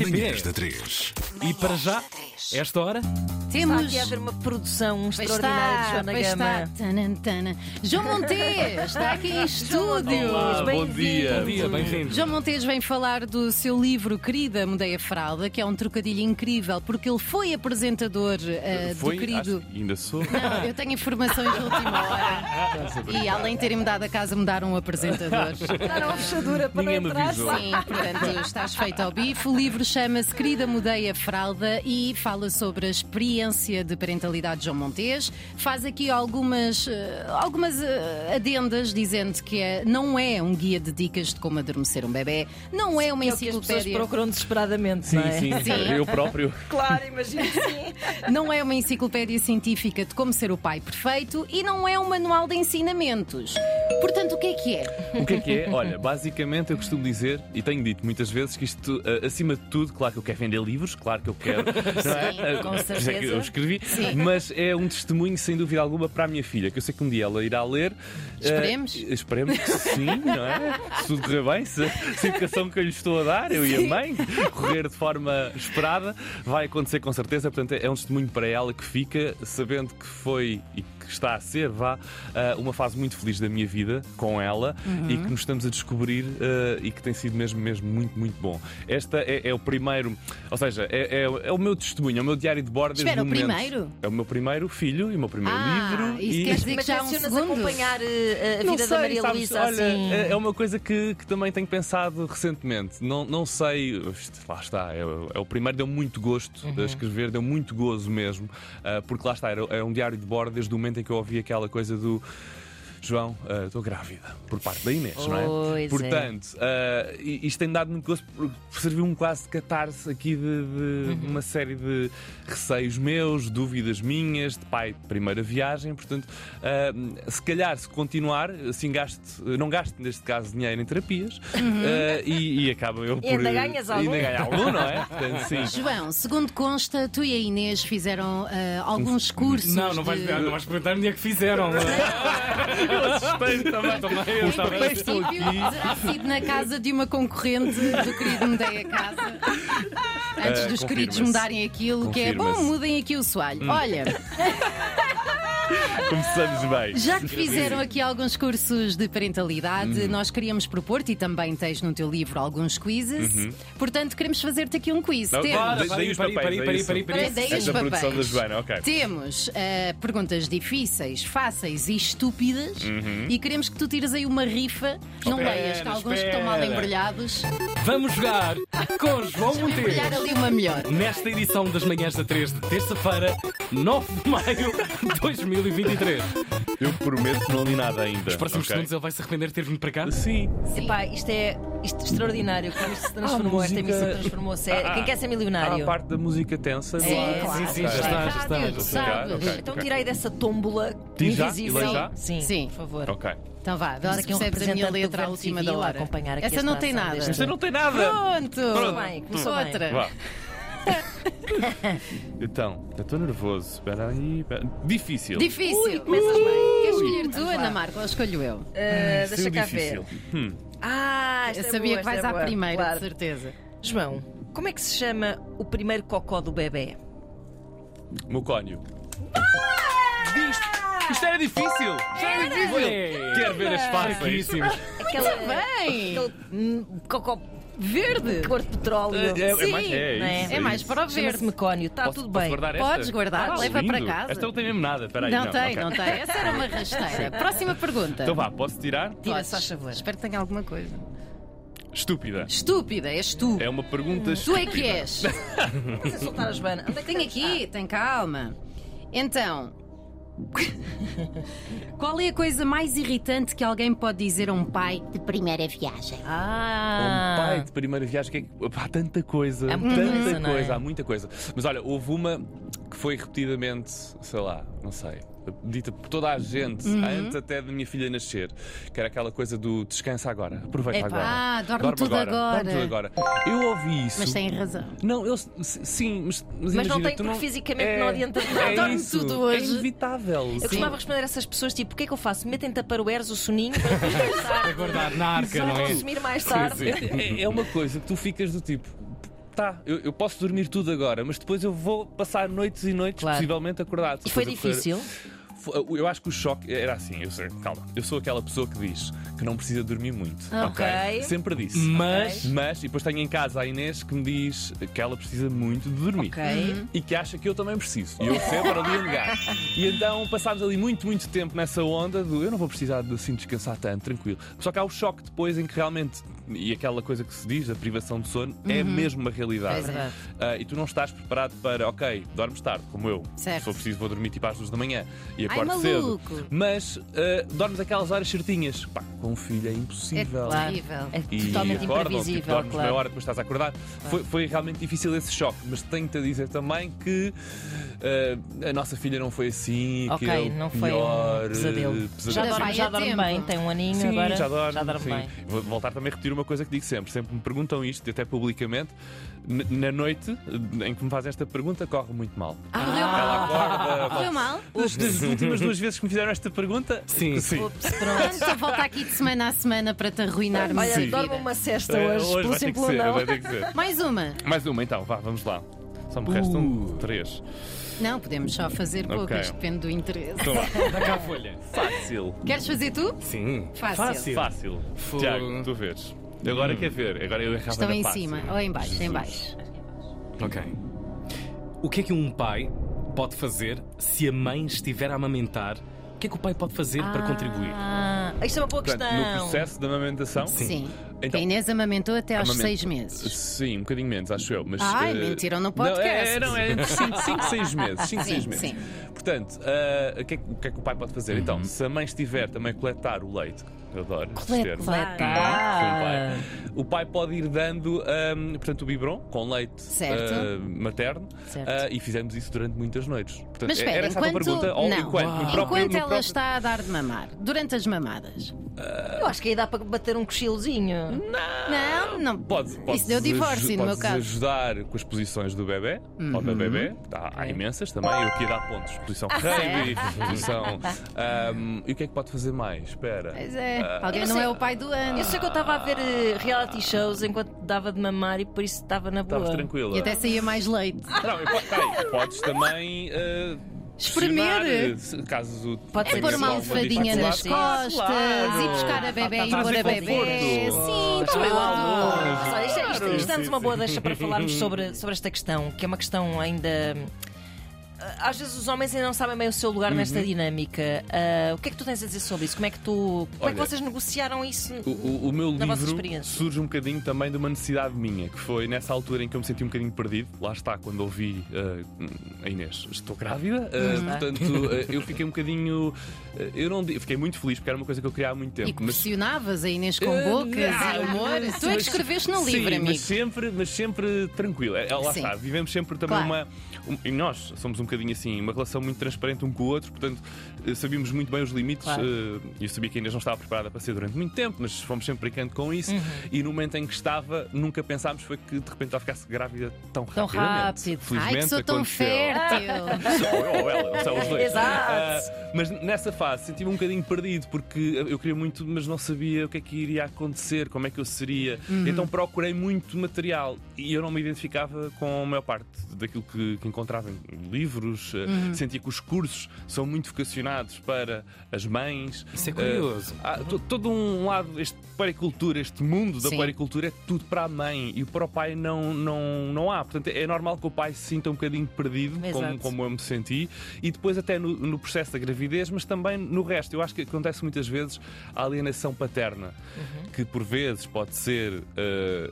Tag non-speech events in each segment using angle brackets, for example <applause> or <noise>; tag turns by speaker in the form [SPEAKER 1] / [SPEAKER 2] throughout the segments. [SPEAKER 1] Vamos da 3.
[SPEAKER 2] E para já, esta hora,
[SPEAKER 3] Temos.
[SPEAKER 4] Está aqui a haver uma produção
[SPEAKER 3] Pois
[SPEAKER 4] extraordinária de Joana
[SPEAKER 3] pois
[SPEAKER 4] Gama.
[SPEAKER 3] está. Tanan, tanan. João Montes está aqui em estúdio.
[SPEAKER 2] Olá, bom
[SPEAKER 4] bem-vindo.
[SPEAKER 2] dia. Bom dia, bem-vindo.
[SPEAKER 3] João Montes vem falar do seu livro Querida Mudei a Fralda, que é um trocadilho incrível, porque ele foi apresentador eh,
[SPEAKER 5] Foi,
[SPEAKER 3] do querido.
[SPEAKER 5] acho- ainda sou.
[SPEAKER 3] Não, eu tenho informações de última
[SPEAKER 5] <laughs>
[SPEAKER 3] hora. E além de terem mudado a casa, mudaram
[SPEAKER 5] <laughs>
[SPEAKER 3] o apresentador.
[SPEAKER 4] Dar uma fechadura para
[SPEAKER 2] Ninguém me
[SPEAKER 4] entrar.
[SPEAKER 2] avisou.
[SPEAKER 3] Sim, portanto, estás feito ao bife. O livro chama-se Querida Mudei a Fralda e fala sobre a experiência de parentalidade de João Montes. Faz aqui algumas, eh, algumas eh, adendas dizendo que é, não é um guia de dicas de como adormecer um bebê, não é uma
[SPEAKER 4] É o que as pessoas
[SPEAKER 3] enciclopédia.
[SPEAKER 4] procuram desesperadamente, não é?
[SPEAKER 3] Sim.
[SPEAKER 5] eu próprio.
[SPEAKER 4] Claro, imagino que sim.
[SPEAKER 3] Não é uma enciclopédia científica de como ser o pai perfeito e não é um manual de ensinamentos. Portanto, o que é que é?
[SPEAKER 5] O que é que <laughs> é? Olha, basicamente eu costumo dizer, e tenho dito muitas vezes, que isto, ah, acima de tudo, claro que eu quero vender livros, claro que eu quero. não é?
[SPEAKER 3] Sim,
[SPEAKER 5] Ah,
[SPEAKER 3] com
[SPEAKER 5] <laughs> por isso é que
[SPEAKER 3] certeza.
[SPEAKER 5] Eu escrevi, mas é um testemunho, sem dúvida alguma, para a minha filha, que eu sei que um dia ela irá ler. Ah,
[SPEAKER 3] Esperemos.
[SPEAKER 5] esperemos que sim, não é? Se tudo correr bem, se, se a educação que eu lhe estou a dar, eu e a mãe, correr de forma esperada, vai acontecer com certeza. Portanto, é um testemunho para ela que fica sabendo que foi e que está a ser, vá, ah, uma fase muito feliz da minha vida com ela e
[SPEAKER 3] Uhum.
[SPEAKER 5] que nos estamos a descobrir ah, e que tem sido mesmo, mesmo muito, muito bom. Esta é, é o primeiro, ou seja, é, é- é o meu testemunho, é o meu diário de bordo desde
[SPEAKER 3] Espera, o
[SPEAKER 5] momento.
[SPEAKER 3] primeiro?
[SPEAKER 5] É o meu primeiro filho e o meu primeiro
[SPEAKER 3] Ah,
[SPEAKER 5] livro.
[SPEAKER 3] isso
[SPEAKER 5] e...
[SPEAKER 3] quer dizer que
[SPEAKER 4] Mas
[SPEAKER 3] já há um
[SPEAKER 4] tencionas
[SPEAKER 3] segundo.
[SPEAKER 4] acompanhar eh, a
[SPEAKER 5] Não
[SPEAKER 4] vida
[SPEAKER 5] sei,
[SPEAKER 4] da Maria
[SPEAKER 5] sabes,
[SPEAKER 4] Luísa
[SPEAKER 5] olha,
[SPEAKER 4] assim.
[SPEAKER 5] é- É uma coisa que, que também tenho pensado recentemente. Não, não sei, isto, lá está, é, o- é o primeiro, deu muito gosto
[SPEAKER 4] Uhum.
[SPEAKER 5] a escrever, deu muito gozo mesmo, ah, porque lá está, era, era um diário de bordo desde o momento em que eu ouvi aquela coisa do. João, ah, estou grávida, por parte da Inês, não é?
[SPEAKER 4] Pois é.
[SPEAKER 5] Portanto, ah, i- isto tem dado muito gosto, porque serviu um quase de catarse aqui de, de uma série de receios meus, dúvidas minhas, de pai de primeira viagem. Portanto, ah, se calhar, se continuar, assim, gaste, não gasto, neste caso, dinheiro em terapias ah, e, e acaba eu por. eh,
[SPEAKER 4] ainda ganhas algum.
[SPEAKER 5] Ainda ganho algum, não é? Portanto,
[SPEAKER 3] <laughs>
[SPEAKER 5] sim.
[SPEAKER 3] João, segundo consta, tu e a Inês fizeram ah, alguns cursos.
[SPEAKER 2] Não, não vais,
[SPEAKER 3] de...
[SPEAKER 2] não vais perguntar onde é que fizeram.
[SPEAKER 5] <laughs> Eu assustei também.
[SPEAKER 2] Também eu
[SPEAKER 3] Em
[SPEAKER 2] estava.
[SPEAKER 3] princípio, terá sido na casa de uma concorrente do querido Mudei a Casa. Antes
[SPEAKER 5] Ah, Eh,
[SPEAKER 3] dos queridos
[SPEAKER 5] confirma-se.
[SPEAKER 3] mudarem aquilo, que é bom,
[SPEAKER 5] Confirma-se. Hum.
[SPEAKER 3] mudem aqui o soalho. Olha,
[SPEAKER 5] Começamos bem.
[SPEAKER 3] já que fizeram aqui alguns cursos de
[SPEAKER 5] Hum.
[SPEAKER 3] parentalidade, nós queríamos propor-te, e também tens no teu livro alguns quizzes, portanto, queremos fazer-te aqui um quiz.
[SPEAKER 5] Uhum. Não,
[SPEAKER 3] Temos.
[SPEAKER 5] Daí os papéis, daí isso.
[SPEAKER 3] Para daí os
[SPEAKER 5] Esta produção da
[SPEAKER 3] papéis.
[SPEAKER 5] Joana, ok.
[SPEAKER 3] Temos ah, perguntas difíceis, fáceis e estúpidas e queremos que tu tires aí uma rifa. não
[SPEAKER 2] Espera,
[SPEAKER 3] leias, que há alguns que estão
[SPEAKER 2] espera.
[SPEAKER 3] mal embrulhados.
[SPEAKER 2] Vamos jogar com João Montes.
[SPEAKER 3] Olhar ali uma melhor.
[SPEAKER 2] Nesta edição das Manhãs da 3 de terça-feira, 9 de maio de 2023.
[SPEAKER 5] Eu prometo que não li nada ainda.
[SPEAKER 2] Os próximos
[SPEAKER 5] ok?
[SPEAKER 2] segundos é- ele vai se arrepender de ter vindo para cá.
[SPEAKER 5] Sim.
[SPEAKER 4] Epá, isto é isto é extraordinário, como isto se transformou,
[SPEAKER 5] Ah,
[SPEAKER 4] esta
[SPEAKER 5] música.
[SPEAKER 4] emissão transformou-se. É,
[SPEAKER 5] Ah,
[SPEAKER 4] quem quer ser
[SPEAKER 5] Há
[SPEAKER 4] milionário?
[SPEAKER 5] a parte da música tensa.
[SPEAKER 3] Sim,
[SPEAKER 5] não é?
[SPEAKER 3] claro.
[SPEAKER 2] Sim, sim, já está, já está.
[SPEAKER 3] Rádio, tu sabes.
[SPEAKER 5] Ok,
[SPEAKER 4] Então
[SPEAKER 5] ok.
[SPEAKER 4] tirei dessa tómbola
[SPEAKER 5] Diz já?
[SPEAKER 4] invisível.
[SPEAKER 5] Diz já?
[SPEAKER 4] Sim,
[SPEAKER 3] Sim.
[SPEAKER 4] por favor.
[SPEAKER 5] Ok.
[SPEAKER 3] Então vá, vê
[SPEAKER 4] Temos
[SPEAKER 3] lá se
[SPEAKER 4] aqui um
[SPEAKER 3] percebes a minha
[SPEAKER 4] representante do
[SPEAKER 3] letra à
[SPEAKER 4] Governo
[SPEAKER 3] última
[SPEAKER 4] Civil
[SPEAKER 3] da
[SPEAKER 4] a
[SPEAKER 3] hora.
[SPEAKER 4] acompanhar aqui
[SPEAKER 3] Essa
[SPEAKER 4] esta
[SPEAKER 3] não tem
[SPEAKER 4] ação
[SPEAKER 3] nada.
[SPEAKER 4] deste-
[SPEAKER 5] Você não tem nada.
[SPEAKER 3] Pronto!
[SPEAKER 4] bem, começou bem.
[SPEAKER 3] Outra.
[SPEAKER 5] Vá. Então, eu estou nervoso. Espera aí. espera- Difícil.
[SPEAKER 3] Difícil.
[SPEAKER 4] Ui, começas bem.
[SPEAKER 3] Queres escolher tu,
[SPEAKER 4] lá.
[SPEAKER 3] Ana Marco, ou escolho eu?
[SPEAKER 4] Ah,
[SPEAKER 5] Sim,
[SPEAKER 4] deixa cá
[SPEAKER 5] é difícil.
[SPEAKER 4] ver. Ah, esta
[SPEAKER 3] Eu
[SPEAKER 4] é
[SPEAKER 3] sabia
[SPEAKER 4] boa,
[SPEAKER 3] que vais
[SPEAKER 4] esta é
[SPEAKER 3] à
[SPEAKER 4] boa,
[SPEAKER 3] primeira,
[SPEAKER 4] claro.
[SPEAKER 3] de certeza.
[SPEAKER 4] João, como é que se chama o primeiro cocó do bebê?
[SPEAKER 5] Meu cónio. Isto, isto era difícil. Isto era
[SPEAKER 2] Ué.
[SPEAKER 5] Quero ver
[SPEAKER 3] Ah,
[SPEAKER 5] as fáceis.
[SPEAKER 2] Riquíssimos.
[SPEAKER 4] Aquela,
[SPEAKER 3] Bem!
[SPEAKER 4] aquele hum, cocó
[SPEAKER 3] Verde!
[SPEAKER 4] cor de petróleo.
[SPEAKER 5] É, é
[SPEAKER 3] Sim,
[SPEAKER 5] mais, é,
[SPEAKER 4] não é?
[SPEAKER 5] isso,
[SPEAKER 3] É mais
[SPEAKER 5] isso.
[SPEAKER 3] para o
[SPEAKER 4] Chama-se
[SPEAKER 3] verde.
[SPEAKER 4] mecónio. Está
[SPEAKER 5] Posso-
[SPEAKER 4] tudo
[SPEAKER 5] posso
[SPEAKER 4] bem.
[SPEAKER 5] guardar
[SPEAKER 3] Podes
[SPEAKER 5] esta?
[SPEAKER 3] guardar,
[SPEAKER 5] Ah,
[SPEAKER 3] leva para
[SPEAKER 5] lindo.
[SPEAKER 3] casa.
[SPEAKER 5] Esta não tem mesmo nada. Espera aí.
[SPEAKER 3] Não, tem,
[SPEAKER 5] ok.
[SPEAKER 3] não tem. Essa era uma rasteira. Próxima pergunta.
[SPEAKER 5] Então vá, posso tirar?
[SPEAKER 4] Tira,
[SPEAKER 3] Podes.
[SPEAKER 4] se faz favor.
[SPEAKER 3] Espero que tenha alguma coisa.
[SPEAKER 5] Estúpida.
[SPEAKER 3] Estúpida, és tu.
[SPEAKER 5] É uma pergunta
[SPEAKER 3] Tu é
[SPEAKER 5] estúpida.
[SPEAKER 3] que és.
[SPEAKER 4] Vamos insultar a Joana. Onde é que
[SPEAKER 3] Tem
[SPEAKER 4] estamos?
[SPEAKER 3] aqui, tem calma. Então. <laughs> Qual é a coisa mais irritante que alguém pode dizer a um pai de primeira viagem?
[SPEAKER 4] Ah,
[SPEAKER 5] Um pai de primeira viagem, que é que- há tanta coisa,
[SPEAKER 4] Há muita
[SPEAKER 5] tanta
[SPEAKER 4] coisa, não é?
[SPEAKER 5] coisa, há muita coisa. Mas olha, houve uma que foi repetidamente, sei lá, não sei, dita por toda a gente,
[SPEAKER 4] Uhum.
[SPEAKER 5] antes até da minha filha nascer, que era aquela coisa do descansa agora, aproveita
[SPEAKER 4] Epá.
[SPEAKER 5] agora.
[SPEAKER 3] Ah, dorme tudo agora.
[SPEAKER 5] Dorme tudo agora. Eu ouvi isso.
[SPEAKER 3] Mas tem razão.
[SPEAKER 5] Não, eu s- sim, mas, mas,
[SPEAKER 4] Mas não
[SPEAKER 5] imagina,
[SPEAKER 4] tem,
[SPEAKER 5] tu
[SPEAKER 4] porque fisicamente não adianta de nada. Então,
[SPEAKER 5] É
[SPEAKER 3] Dorme
[SPEAKER 5] isso,
[SPEAKER 3] tudo
[SPEAKER 5] É
[SPEAKER 3] hoje.
[SPEAKER 5] inevitável.
[SPEAKER 4] Eu costumava responder a essas pessoas tipo: o que é que eu faço? Metem taparoeiros o
[SPEAKER 5] <laughs>
[SPEAKER 4] soninho para
[SPEAKER 2] Guardar É na arca,
[SPEAKER 4] começar
[SPEAKER 2] não
[SPEAKER 4] a
[SPEAKER 2] é?
[SPEAKER 4] consumir mais tarde.
[SPEAKER 5] É, é uma coisa que tu ficas do tipo. tá, eu, eu posso dormir tudo agora, mas depois eu vou passar noites e noites,
[SPEAKER 4] Claro.
[SPEAKER 5] possivelmente acordado.
[SPEAKER 4] E foi
[SPEAKER 5] Depois a correr-
[SPEAKER 4] difícil?
[SPEAKER 5] Fo- Eu acho que o choque era assim, eu sei, calma. Eu sou aquela pessoa que diz que não precisa dormir muito.
[SPEAKER 4] Ok.
[SPEAKER 5] Sempre disse.
[SPEAKER 2] Mas.
[SPEAKER 5] Mas, e depois tenho em casa a Inês que me diz que ela precisa muito de dormir. Uhum.
[SPEAKER 4] Ok.
[SPEAKER 5] E que acha que eu também preciso. E eu sempre ali a
[SPEAKER 3] <laughs>
[SPEAKER 5] negar. E então passámos ali muito, muito tempo nessa onda do eu não vou precisar de assim descansar tanto, tranquilo. Só que há o choque depois em que realmente, e aquela coisa que se diz, a privação de sono, é mesmo uma realidade.
[SPEAKER 3] Pois Uhum. é.
[SPEAKER 5] Ah, e tu não estás preparado para, ok, dormes tarde, como eu.
[SPEAKER 3] Certo.
[SPEAKER 5] Se for preciso, vou dormir tipo às duas da manhã e
[SPEAKER 3] Ai,
[SPEAKER 5] acordo
[SPEAKER 3] maluco.
[SPEAKER 5] cedo. Mas ah, dormes aquelas horas certinhas. Pá, com um filho é
[SPEAKER 3] É
[SPEAKER 5] impossível
[SPEAKER 3] terrível.
[SPEAKER 4] É
[SPEAKER 5] e
[SPEAKER 4] totalmente
[SPEAKER 5] acordam, tipo,
[SPEAKER 4] imprevisível,
[SPEAKER 5] dormes meia
[SPEAKER 4] claro.
[SPEAKER 5] hora, depois estás a acordar. Foi, foi realmente difícil esse choque, mas tenho-te a dizer também que eh, a nossa filha não foi assim,
[SPEAKER 4] Ok,
[SPEAKER 5] que é o
[SPEAKER 4] não foi um
[SPEAKER 5] pior, eh,
[SPEAKER 4] pesadelo. Já
[SPEAKER 3] Já vai
[SPEAKER 4] dorme, já
[SPEAKER 3] a
[SPEAKER 4] dorme
[SPEAKER 3] tempo.
[SPEAKER 4] bem, tem um aninho
[SPEAKER 5] Sim,
[SPEAKER 4] agora.
[SPEAKER 5] já dorme, sim.
[SPEAKER 4] bem.
[SPEAKER 5] Vou voltar também a repetir uma coisa que digo sempre. Sempre me perguntam isto, e até publicamente. N- Na noite eh, em que me fazem esta pergunta, corre muito mal.
[SPEAKER 3] Correu
[SPEAKER 5] Ela
[SPEAKER 3] mal.
[SPEAKER 5] acorda.
[SPEAKER 3] Correu mal?
[SPEAKER 5] As, as Ah, últimas duas vezes que me fizeram esta pergunta,
[SPEAKER 2] Sim.
[SPEAKER 4] Ups, pronto.
[SPEAKER 3] Portanto, volta aqui de semana a semana para te arruinar mais
[SPEAKER 5] Sim.
[SPEAKER 3] a
[SPEAKER 1] Olha,
[SPEAKER 3] vida.
[SPEAKER 1] dorme uma cesta
[SPEAKER 5] Eh,
[SPEAKER 1] hoje, pelo
[SPEAKER 5] vai ter que
[SPEAKER 1] simples
[SPEAKER 5] ser,
[SPEAKER 1] não.
[SPEAKER 5] vai ter que ser.
[SPEAKER 3] Mais uma.
[SPEAKER 5] Mais uma então, vá, vamos lá. Só me restam três.
[SPEAKER 3] Não, podemos só fazer
[SPEAKER 5] Ok.
[SPEAKER 3] poucas, depende do interesse.
[SPEAKER 5] Então vá.
[SPEAKER 2] Dá cá a folha.
[SPEAKER 5] Fácil.
[SPEAKER 3] Queres fazer tu?
[SPEAKER 2] Sim.
[SPEAKER 3] Fácil.
[SPEAKER 5] Fácil.
[SPEAKER 2] Fogo.
[SPEAKER 5] Tiago, tu vês. Agora quer ver. Agora eu errava
[SPEAKER 3] Estão
[SPEAKER 5] na
[SPEAKER 3] em
[SPEAKER 5] fácil.
[SPEAKER 3] cima, ou em baixo, em
[SPEAKER 5] Jesus.
[SPEAKER 3] baixo.
[SPEAKER 2] Ok. O que é que um pai pode fazer se a mãe estiver a amamentar? O que é que o pai pode fazer para contribuir?
[SPEAKER 4] Ah, isto é uma boa
[SPEAKER 5] Portanto,
[SPEAKER 4] questão.
[SPEAKER 5] no processo da amamentação.
[SPEAKER 3] Sim.
[SPEAKER 5] Então-
[SPEAKER 3] a Inês amamentou até aos
[SPEAKER 5] amamenta-
[SPEAKER 3] seis meses.
[SPEAKER 5] Sim, um bocadinho menos, acho eu. Mas,
[SPEAKER 3] Ai,
[SPEAKER 5] eh,
[SPEAKER 3] mentiram no podcast.
[SPEAKER 5] Não, é, não, é entre
[SPEAKER 3] <laughs>
[SPEAKER 5] 5 e 6 meses. 5
[SPEAKER 3] Sim,
[SPEAKER 5] seis meses.
[SPEAKER 3] sim.
[SPEAKER 5] Portanto, eh, o, que é, que- o que é que o pai pode fazer? Então, se a mãe estiver também a coletar o leite, eu adoro esses termos. Ah,
[SPEAKER 3] Ah.
[SPEAKER 4] Coletar.
[SPEAKER 5] Sim, um pai. O pai pode ir dando hum, portanto, o biberon com leite
[SPEAKER 3] Certo.
[SPEAKER 5] ah, materno
[SPEAKER 4] Certo.
[SPEAKER 5] ah, e fizemos isso durante muitas noites. Portanto, é,
[SPEAKER 3] Mas espera,
[SPEAKER 5] era essa a tua
[SPEAKER 3] enquanto.
[SPEAKER 5] pergunta?
[SPEAKER 3] Não.
[SPEAKER 5] Ou enquanto? No próprio,
[SPEAKER 3] Enquanto
[SPEAKER 5] no
[SPEAKER 3] ela
[SPEAKER 5] próprio-
[SPEAKER 3] está a dar de mamar, durante as mamadas.
[SPEAKER 4] Eu acho que aí dá para bater um cochilozinho.
[SPEAKER 3] Não, não.
[SPEAKER 5] Ah, Pode, podes
[SPEAKER 3] Isso deu
[SPEAKER 5] aju-
[SPEAKER 3] divórcio no meu
[SPEAKER 5] podes
[SPEAKER 3] caso. Uhum.
[SPEAKER 5] ajudar com as posições do bebê ou da bebê, tá, há, há imensas também. Eu aqui a dar pontos: posição
[SPEAKER 3] Ah,
[SPEAKER 5] rugby,
[SPEAKER 3] <laughs>
[SPEAKER 5] posição. hum, e o que é que pode fazer mais? Espera.
[SPEAKER 3] Tá. Pois é,
[SPEAKER 5] Ah,
[SPEAKER 3] alguém
[SPEAKER 4] eu
[SPEAKER 3] não
[SPEAKER 4] sei-
[SPEAKER 3] é o pai do ano.
[SPEAKER 4] Eu sei que eu estava a ver eh, reality shows enquanto dava de mamar e por isso estava na boa.
[SPEAKER 5] Estavas tranquila.
[SPEAKER 3] E até saía mais leite.
[SPEAKER 5] Não, eu, po- peraí, podes também. ah,
[SPEAKER 3] Espremer.
[SPEAKER 5] pressionar, se- Caso tenhas
[SPEAKER 4] Pode ser
[SPEAKER 3] É Pôr uma
[SPEAKER 5] alguma
[SPEAKER 3] almofadinha nas
[SPEAKER 5] dificuldade.
[SPEAKER 3] costas
[SPEAKER 5] Claro.
[SPEAKER 3] e buscar a bebê e
[SPEAKER 5] Estás
[SPEAKER 3] pôr
[SPEAKER 5] em
[SPEAKER 3] a bebê.
[SPEAKER 5] conforto.
[SPEAKER 3] Sim,
[SPEAKER 5] Estás
[SPEAKER 3] tudo.
[SPEAKER 5] lá longe.
[SPEAKER 4] Mas olha, isto, é- isto,
[SPEAKER 5] Claro,
[SPEAKER 4] isto dá-nos
[SPEAKER 5] sim,
[SPEAKER 4] uma boa
[SPEAKER 5] sim.
[SPEAKER 4] deixa para falarmos sobre, sobre esta questão, que é uma questão ainda. ah, Às vezes os homens ainda não sabem bem o seu lugar
[SPEAKER 5] Uhum.
[SPEAKER 4] nesta dinâmica. Ah, o que é que tu tens a dizer sobre isso? Como é que tu. Como é que
[SPEAKER 5] Olha,
[SPEAKER 4] vocês negociaram isso?
[SPEAKER 5] O, o- o meu
[SPEAKER 4] Na vossa
[SPEAKER 5] livro
[SPEAKER 4] experiência.
[SPEAKER 5] surge um bocadinho também de uma necessidade minha, que foi nessa altura em que eu me senti um bocadinho perdido. Lá está, quando ouvi eh, a Inês, estou grávida. Eh,
[SPEAKER 3] Uhum.
[SPEAKER 5] portanto, eh, eu fiquei um bocadinho. eh, eu não di- fiquei muito feliz porque era uma coisa que eu queria há muito tempo.
[SPEAKER 3] E que
[SPEAKER 5] mas-
[SPEAKER 3] pressionavas a Inês com
[SPEAKER 5] Eh,
[SPEAKER 3] bocas
[SPEAKER 5] ah,
[SPEAKER 3] e amor. Tu é que
[SPEAKER 5] mas-
[SPEAKER 3] escreveste no
[SPEAKER 5] sim,
[SPEAKER 3] livro,
[SPEAKER 5] Mas
[SPEAKER 3] amigo.
[SPEAKER 5] sempre, mas sempre tranquilo. É, lá
[SPEAKER 3] Sim.
[SPEAKER 5] está, vivemos sempre também
[SPEAKER 3] Claro.
[SPEAKER 5] uma. um- e nós somos um bocadinho assim, uma relação muito transparente um com o outro, portanto eh, sabíamos muito bem os limites.
[SPEAKER 4] Claro.
[SPEAKER 5] eh, eu sabia que ainda não estava preparada para ser durante muito tempo, mas fomos sempre brincando com
[SPEAKER 3] Uhum.
[SPEAKER 5] isso. E no momento em que estava, nunca pensámos foi que de repente ela ficasse grávida tão,
[SPEAKER 4] Tão
[SPEAKER 5] rapidamente.
[SPEAKER 4] rápido.
[SPEAKER 5] Felizmente
[SPEAKER 3] Ai, que sou tão
[SPEAKER 5] aconteceu. <laughs>
[SPEAKER 3] fértil.
[SPEAKER 5] Ou ela, são os dois. é?
[SPEAKER 4] Exato.
[SPEAKER 5] Ah, mas nessa fase senti-me um bocadinho perdido porque eu queria muito, mas não sabia o que é que iria acontecer, como é que eu seria. Então procurei muito material e eu não me identificava com a maior parte daquilo que, que encontrava em livros. Ah, Sentia que os cursos são muito vocacionados para as mães.
[SPEAKER 2] Isso é curioso.
[SPEAKER 5] Ah, há to- todo um lado, este puericultura, este mundo da
[SPEAKER 3] Sim.
[SPEAKER 5] puericultura é tudo para a mãe e para o pai não, não, não há. Portanto, é normal que o pai se sinta um bocadinho perdido,
[SPEAKER 4] Exato.
[SPEAKER 5] como, como eu me senti, e depois até no, no processo da gravidez, mas também no resto. Eu acho que acontece muitas vezes a alienação paterna, que por vezes pode ser. eh,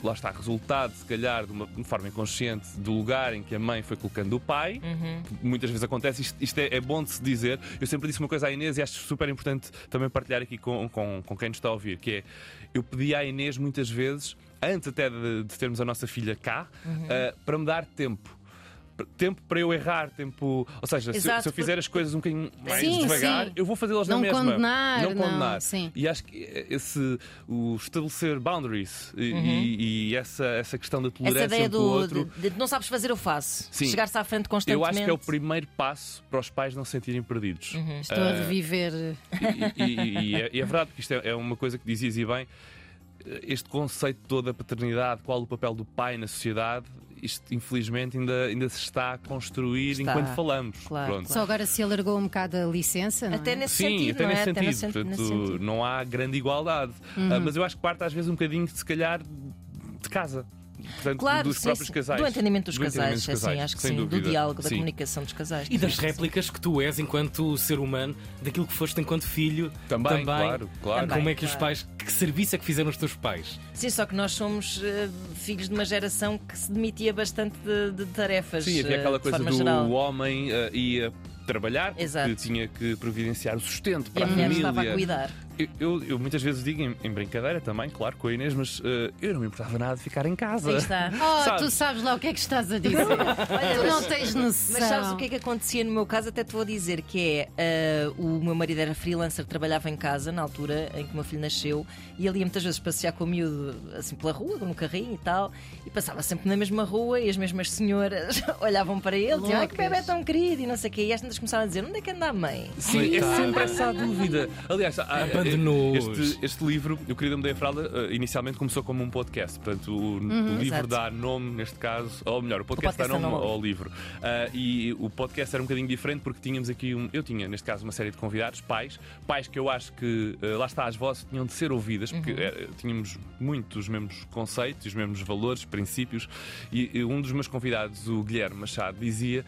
[SPEAKER 5] Lá está, resultado, se calhar, de uma de forma inconsciente, do lugar em que a mãe foi colocando o pai, muitas vezes acontece, isto, isto é, é bom de se dizer. Eu sempre disse uma coisa à Inês e acho super importante também partilhar aqui com, com, com quem nos está a ouvir, que é eu pedi à Inês muitas vezes, antes até de, de termos a nossa filha cá,
[SPEAKER 3] Uhum.
[SPEAKER 5] ah, para me dar tempo. P- Tempo para eu errar, tempo. Ou seja, se eu-
[SPEAKER 4] Exato,
[SPEAKER 5] se, eu fizer as coisas um bocadinho mais
[SPEAKER 3] Sim,
[SPEAKER 5] devagar,
[SPEAKER 3] sim.
[SPEAKER 5] eu vou fazê-las
[SPEAKER 3] Não
[SPEAKER 5] na mesma.
[SPEAKER 3] condenar,
[SPEAKER 5] não
[SPEAKER 3] não,
[SPEAKER 5] condenar.
[SPEAKER 3] sim.
[SPEAKER 5] E acho que eh, esse, o estabelecer boundaries e,
[SPEAKER 3] Uhum.
[SPEAKER 5] e- e essa, essa questão da
[SPEAKER 4] Essa
[SPEAKER 5] tolerância
[SPEAKER 4] ideia
[SPEAKER 5] um com o
[SPEAKER 4] do.
[SPEAKER 5] outro.
[SPEAKER 4] de- de não sabes fazer, eu faço.
[SPEAKER 5] Sim.
[SPEAKER 4] Chegar-se à frente
[SPEAKER 5] Eu
[SPEAKER 4] constantemente.
[SPEAKER 5] acho que é o primeiro passo para os pais não se sentirem perdidos.
[SPEAKER 4] Uhum.
[SPEAKER 5] Eh,
[SPEAKER 3] Estou a reviver.
[SPEAKER 5] E, e- e- e é, e é verdade, porque isto é, é uma coisa que dizias e bem. este conceito todo da paternidade, qual o papel do pai na sociedade, isto infelizmente ainda, ainda se está a construir
[SPEAKER 4] Está.
[SPEAKER 5] enquanto falamos.
[SPEAKER 4] Claro,
[SPEAKER 5] Pronto.
[SPEAKER 3] Só agora se alargou um bocado a licença, não é?
[SPEAKER 4] Até nesse
[SPEAKER 5] Sim,
[SPEAKER 4] sentido,
[SPEAKER 5] até
[SPEAKER 4] não é?
[SPEAKER 5] nesse sentido.
[SPEAKER 4] Até no sen-
[SPEAKER 5] Portanto,
[SPEAKER 4] nesse sentido. Uhum.
[SPEAKER 5] não há grande igualdade. Ah, mas eu acho que parte às vezes um bocadinho, se calhar, de casa. Portanto,
[SPEAKER 4] Claro,
[SPEAKER 5] dos
[SPEAKER 4] sim,
[SPEAKER 5] próprios
[SPEAKER 4] sim.
[SPEAKER 5] casais.
[SPEAKER 4] Do entendimento dos casais,
[SPEAKER 5] entendimento dos
[SPEAKER 4] assim, acho que
[SPEAKER 5] sem
[SPEAKER 4] sim.
[SPEAKER 5] dúvida.
[SPEAKER 4] Do diálogo, da
[SPEAKER 5] Sim.
[SPEAKER 4] comunicação dos casais.
[SPEAKER 2] E das
[SPEAKER 4] Sim, sim.
[SPEAKER 2] réplicas que tu és enquanto ser humano, daquilo que foste enquanto filho.
[SPEAKER 5] Também, claro, claro.
[SPEAKER 2] Como é que os
[SPEAKER 4] Também,
[SPEAKER 2] pais. Que serviço é que fizeram os teus pais?
[SPEAKER 4] Sim, só que nós somos eh, filhos de uma geração que se demitia bastante de, de tarefas.
[SPEAKER 5] Sim, havia
[SPEAKER 4] eh,
[SPEAKER 5] aquela
[SPEAKER 4] de
[SPEAKER 5] coisa
[SPEAKER 4] forma
[SPEAKER 5] do
[SPEAKER 4] geral.
[SPEAKER 5] homem ah, ia trabalhar,
[SPEAKER 4] Exato.
[SPEAKER 5] que tinha que providenciar o sustento
[SPEAKER 4] E
[SPEAKER 5] para
[SPEAKER 4] a mulher
[SPEAKER 5] família.
[SPEAKER 4] estava a cuidar.
[SPEAKER 5] Eu, eu- eu muitas vezes digo em, em brincadeira também, claro, com a Inês, mas eh, eu não me importava nada de ficar em casa.
[SPEAKER 3] <laughs>
[SPEAKER 4] Aí está.
[SPEAKER 3] Oh,
[SPEAKER 5] Sabes?
[SPEAKER 3] tu sabes lá o que é que estás
[SPEAKER 5] <laughs>
[SPEAKER 3] a dizer. tu não tens noção.
[SPEAKER 4] Mas sabes o que é que acontecia no meu caso? Até te vou dizer que é ah, o meu marido era freelancer, trabalhava em casa na altura em que o meu filho nasceu e ele ia muitas vezes passear com o miúdo assim pela rua, no carrinho e tal, e passava sempre na mesma rua e as mesmas senhoras <laughs> olhavam para ele, diziam, ai que
[SPEAKER 3] Loucas.
[SPEAKER 4] bebê tão querido e não sei o quê, e as tantas começaram a dizer onde é que anda a mãe?
[SPEAKER 5] Sim, é sempre essa a dúvida. Aliás, há-
[SPEAKER 2] Abandonou-os.
[SPEAKER 5] este, este livro, O Querido Mudei a Fralda, eh, inicialmente começou como um podcast. Portanto, o, o livro
[SPEAKER 4] Uhum, Exato.
[SPEAKER 5] dá nome, neste caso, ou melhor, o podcast,
[SPEAKER 4] podcast
[SPEAKER 5] dá
[SPEAKER 4] dá
[SPEAKER 5] nome
[SPEAKER 4] nome.
[SPEAKER 5] ao livro. Ah, e o podcast era um bocadinho diferente porque tínhamos aqui, um, eu tinha, neste caso, uma série de convidados, pais, pais que eu acho que, eh, lá está, as vozes tinham de ser ouvidas, porque
[SPEAKER 4] Uhum.
[SPEAKER 5] eh, tínhamos muito os mesmos conceitos, os mesmos valores, princípios. E, e um dos meus convidados, o Guilherme Machado, dizia.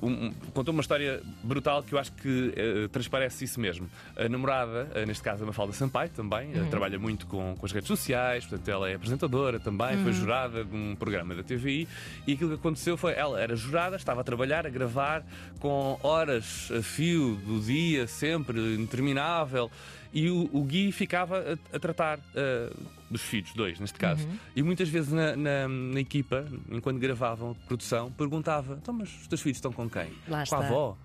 [SPEAKER 5] Uh, um- um- contou uma história brutal que eu acho que uh, transparece isso mesmo. A namorada, uh, neste caso a Mafalda Sampaio, também, uh, trabalha muito com, com as redes sociais, portanto, ela é apresentadora também, foi jurada de um programa da TVI. E aquilo que aconteceu foi: ela era jurada, estava a trabalhar, a gravar com horas a fio do dia, sempre interminável. E o, o Gui ficava a, a tratar uh, dos filhos, dois neste caso.
[SPEAKER 4] Uhum.
[SPEAKER 5] E muitas vezes na, na- na equipa, enquanto gravavam a produção, perguntava: então, mas os teus filhos estão com quem?
[SPEAKER 4] Lá
[SPEAKER 5] com
[SPEAKER 4] está.
[SPEAKER 5] a avó.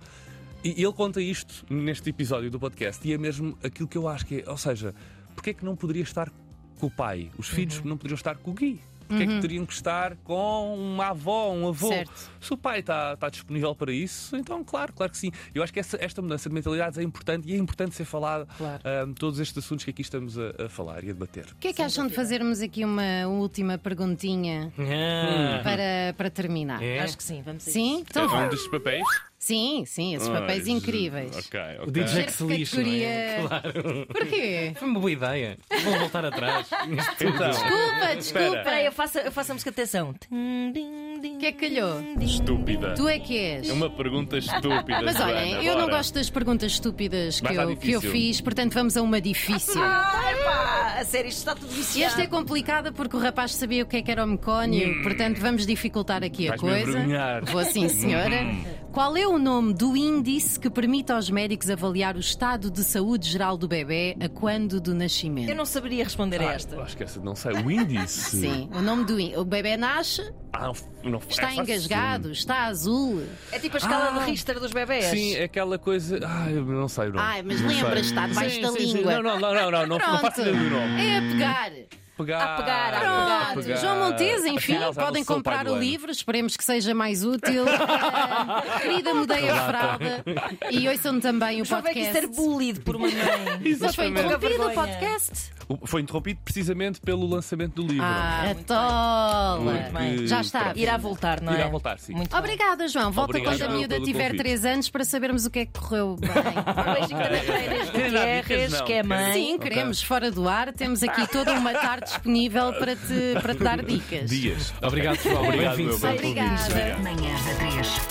[SPEAKER 5] E ele conta isto neste episódio do podcast, e é mesmo aquilo que eu acho que é. Ou seja, porque é que não poderia estar com o pai? Os filhos
[SPEAKER 3] Uhum.
[SPEAKER 5] não poderiam estar com o Gui? Porque é que teriam que estar com uma avó, um avô?
[SPEAKER 3] Certo.
[SPEAKER 5] Se o pai está está disponível para isso, então claro, claro que sim. Eu acho que essa- esta mudança de mentalidades é importante e é importante ser falado
[SPEAKER 4] Claro.
[SPEAKER 5] ahm, todos estes assuntos que aqui estamos a- a falar e a debater.
[SPEAKER 3] O que é que acham de fazermos aqui uma última perguntinha
[SPEAKER 5] Hum.
[SPEAKER 2] Ah,
[SPEAKER 3] para, para terminar?
[SPEAKER 2] É.
[SPEAKER 4] Acho que sim, vamos a
[SPEAKER 5] É
[SPEAKER 3] Sim? Então,
[SPEAKER 5] um dos papéis?
[SPEAKER 3] sim, sim, esses papéis
[SPEAKER 5] Ai,
[SPEAKER 3] incríveis.
[SPEAKER 5] Ok,
[SPEAKER 2] O
[SPEAKER 5] ok.
[SPEAKER 2] DJ que se lixa, não é?
[SPEAKER 3] Categoria-
[SPEAKER 2] Claro.
[SPEAKER 3] Porquê?
[SPEAKER 2] Foi uma boa ideia. Vou voltar atrás.
[SPEAKER 5] Então,
[SPEAKER 3] Desculpa, desculpa.
[SPEAKER 4] Espera aí, eu faço, eu faço a música, atenção. O
[SPEAKER 3] que é que calhou?
[SPEAKER 5] estúpida.
[SPEAKER 3] Tu é que és.
[SPEAKER 5] É uma pergunta estúpida.
[SPEAKER 3] Ah, Mas olhem,
[SPEAKER 5] Joana,
[SPEAKER 3] eu não
[SPEAKER 5] bora.
[SPEAKER 3] gosto das perguntas estúpidas que
[SPEAKER 5] Vai estar
[SPEAKER 3] eu, que eu
[SPEAKER 5] difícil.
[SPEAKER 3] fiz, portanto vamos a
[SPEAKER 5] <laughs>
[SPEAKER 3] uma difícil.
[SPEAKER 4] Epá, a sério, isto está tudo
[SPEAKER 3] E
[SPEAKER 4] viciado.
[SPEAKER 3] Esta é complicada porque o rapaz sabia o que é que era o mecónio, portanto vamos dificultar aqui
[SPEAKER 5] Hum.
[SPEAKER 3] a
[SPEAKER 5] Vais-me
[SPEAKER 3] coisa.
[SPEAKER 5] envergonhar. Hum.
[SPEAKER 3] Vou sim, senhora. Qual é o nome do índice que permite aos médicos avaliar o estado de saúde geral do bebê a quando do nascimento?
[SPEAKER 4] Eu não saberia responder a
[SPEAKER 5] Ah,
[SPEAKER 4] esta.
[SPEAKER 5] Acho que essa não sei. O índice.
[SPEAKER 3] <laughs> Sim, o nome do in- o bebê nasce,
[SPEAKER 5] Ah, não, não, é
[SPEAKER 3] está
[SPEAKER 5] fácil.
[SPEAKER 3] engasgado, está azul.
[SPEAKER 4] É tipo a escala
[SPEAKER 5] Ah.
[SPEAKER 4] de Richter dos bebés.
[SPEAKER 5] Sim, é aquela coisa. Ai, eu não sei o nome.
[SPEAKER 3] Ai, mas
[SPEAKER 5] Não sei.
[SPEAKER 3] lembra-te, está debaixo
[SPEAKER 5] Sim,
[SPEAKER 3] da
[SPEAKER 5] sim, sim.
[SPEAKER 3] língua.
[SPEAKER 5] Não, não, não, não, não, não, não faço
[SPEAKER 3] Pronto.
[SPEAKER 5] ideia do nome.
[SPEAKER 3] É a pegar.
[SPEAKER 5] Pegar.
[SPEAKER 4] A pegar, a
[SPEAKER 5] a
[SPEAKER 3] Pronto,
[SPEAKER 5] pegar.
[SPEAKER 3] João Montes, enfim,
[SPEAKER 5] Afinal, já não
[SPEAKER 3] podem
[SPEAKER 5] sou pai
[SPEAKER 3] comprar
[SPEAKER 5] do
[SPEAKER 3] o
[SPEAKER 5] ano.
[SPEAKER 3] livro, esperemos que seja
[SPEAKER 5] <laughs>
[SPEAKER 3] mais útil. Ah, Querida, mudei a fralda e ouçam também o
[SPEAKER 4] Só vai que
[SPEAKER 3] podcast.
[SPEAKER 4] ser bullied por uma mãe.
[SPEAKER 3] Mas foi
[SPEAKER 5] Exatamente.
[SPEAKER 3] interrompido o
[SPEAKER 4] Vergonha.
[SPEAKER 3] podcast.
[SPEAKER 5] O- Foi interrompido precisamente pelo lançamento do livro.
[SPEAKER 3] Ah, a
[SPEAKER 4] muito
[SPEAKER 3] tola.
[SPEAKER 4] Muito bem.
[SPEAKER 3] Já está.
[SPEAKER 5] Pronto.
[SPEAKER 4] Irá voltar, não é?
[SPEAKER 5] Irá voltar, sim.
[SPEAKER 4] Muito <laughs> bem.
[SPEAKER 3] Obrigada, João. Volta
[SPEAKER 5] Obrigado
[SPEAKER 3] quando a
[SPEAKER 5] pelo-
[SPEAKER 3] miúda
[SPEAKER 5] pelo
[SPEAKER 3] tiver
[SPEAKER 5] convite.
[SPEAKER 3] 3 anos para sabermos o que é que correu bem.
[SPEAKER 5] <laughs>
[SPEAKER 4] Um beijinho também para a Inês Gutierrez,
[SPEAKER 5] não.
[SPEAKER 4] que é mãe.
[SPEAKER 3] Sim, queremos fora do ar. Temos aqui toda uma tarde disponível para te, para te dar dicas.
[SPEAKER 5] Dias.
[SPEAKER 2] Obrigado, João.
[SPEAKER 5] Obrigado,
[SPEAKER 2] Bem-vindo
[SPEAKER 5] meu
[SPEAKER 2] sempre.
[SPEAKER 5] bem.
[SPEAKER 3] Obrigada.
[SPEAKER 1] Manhãs da 3.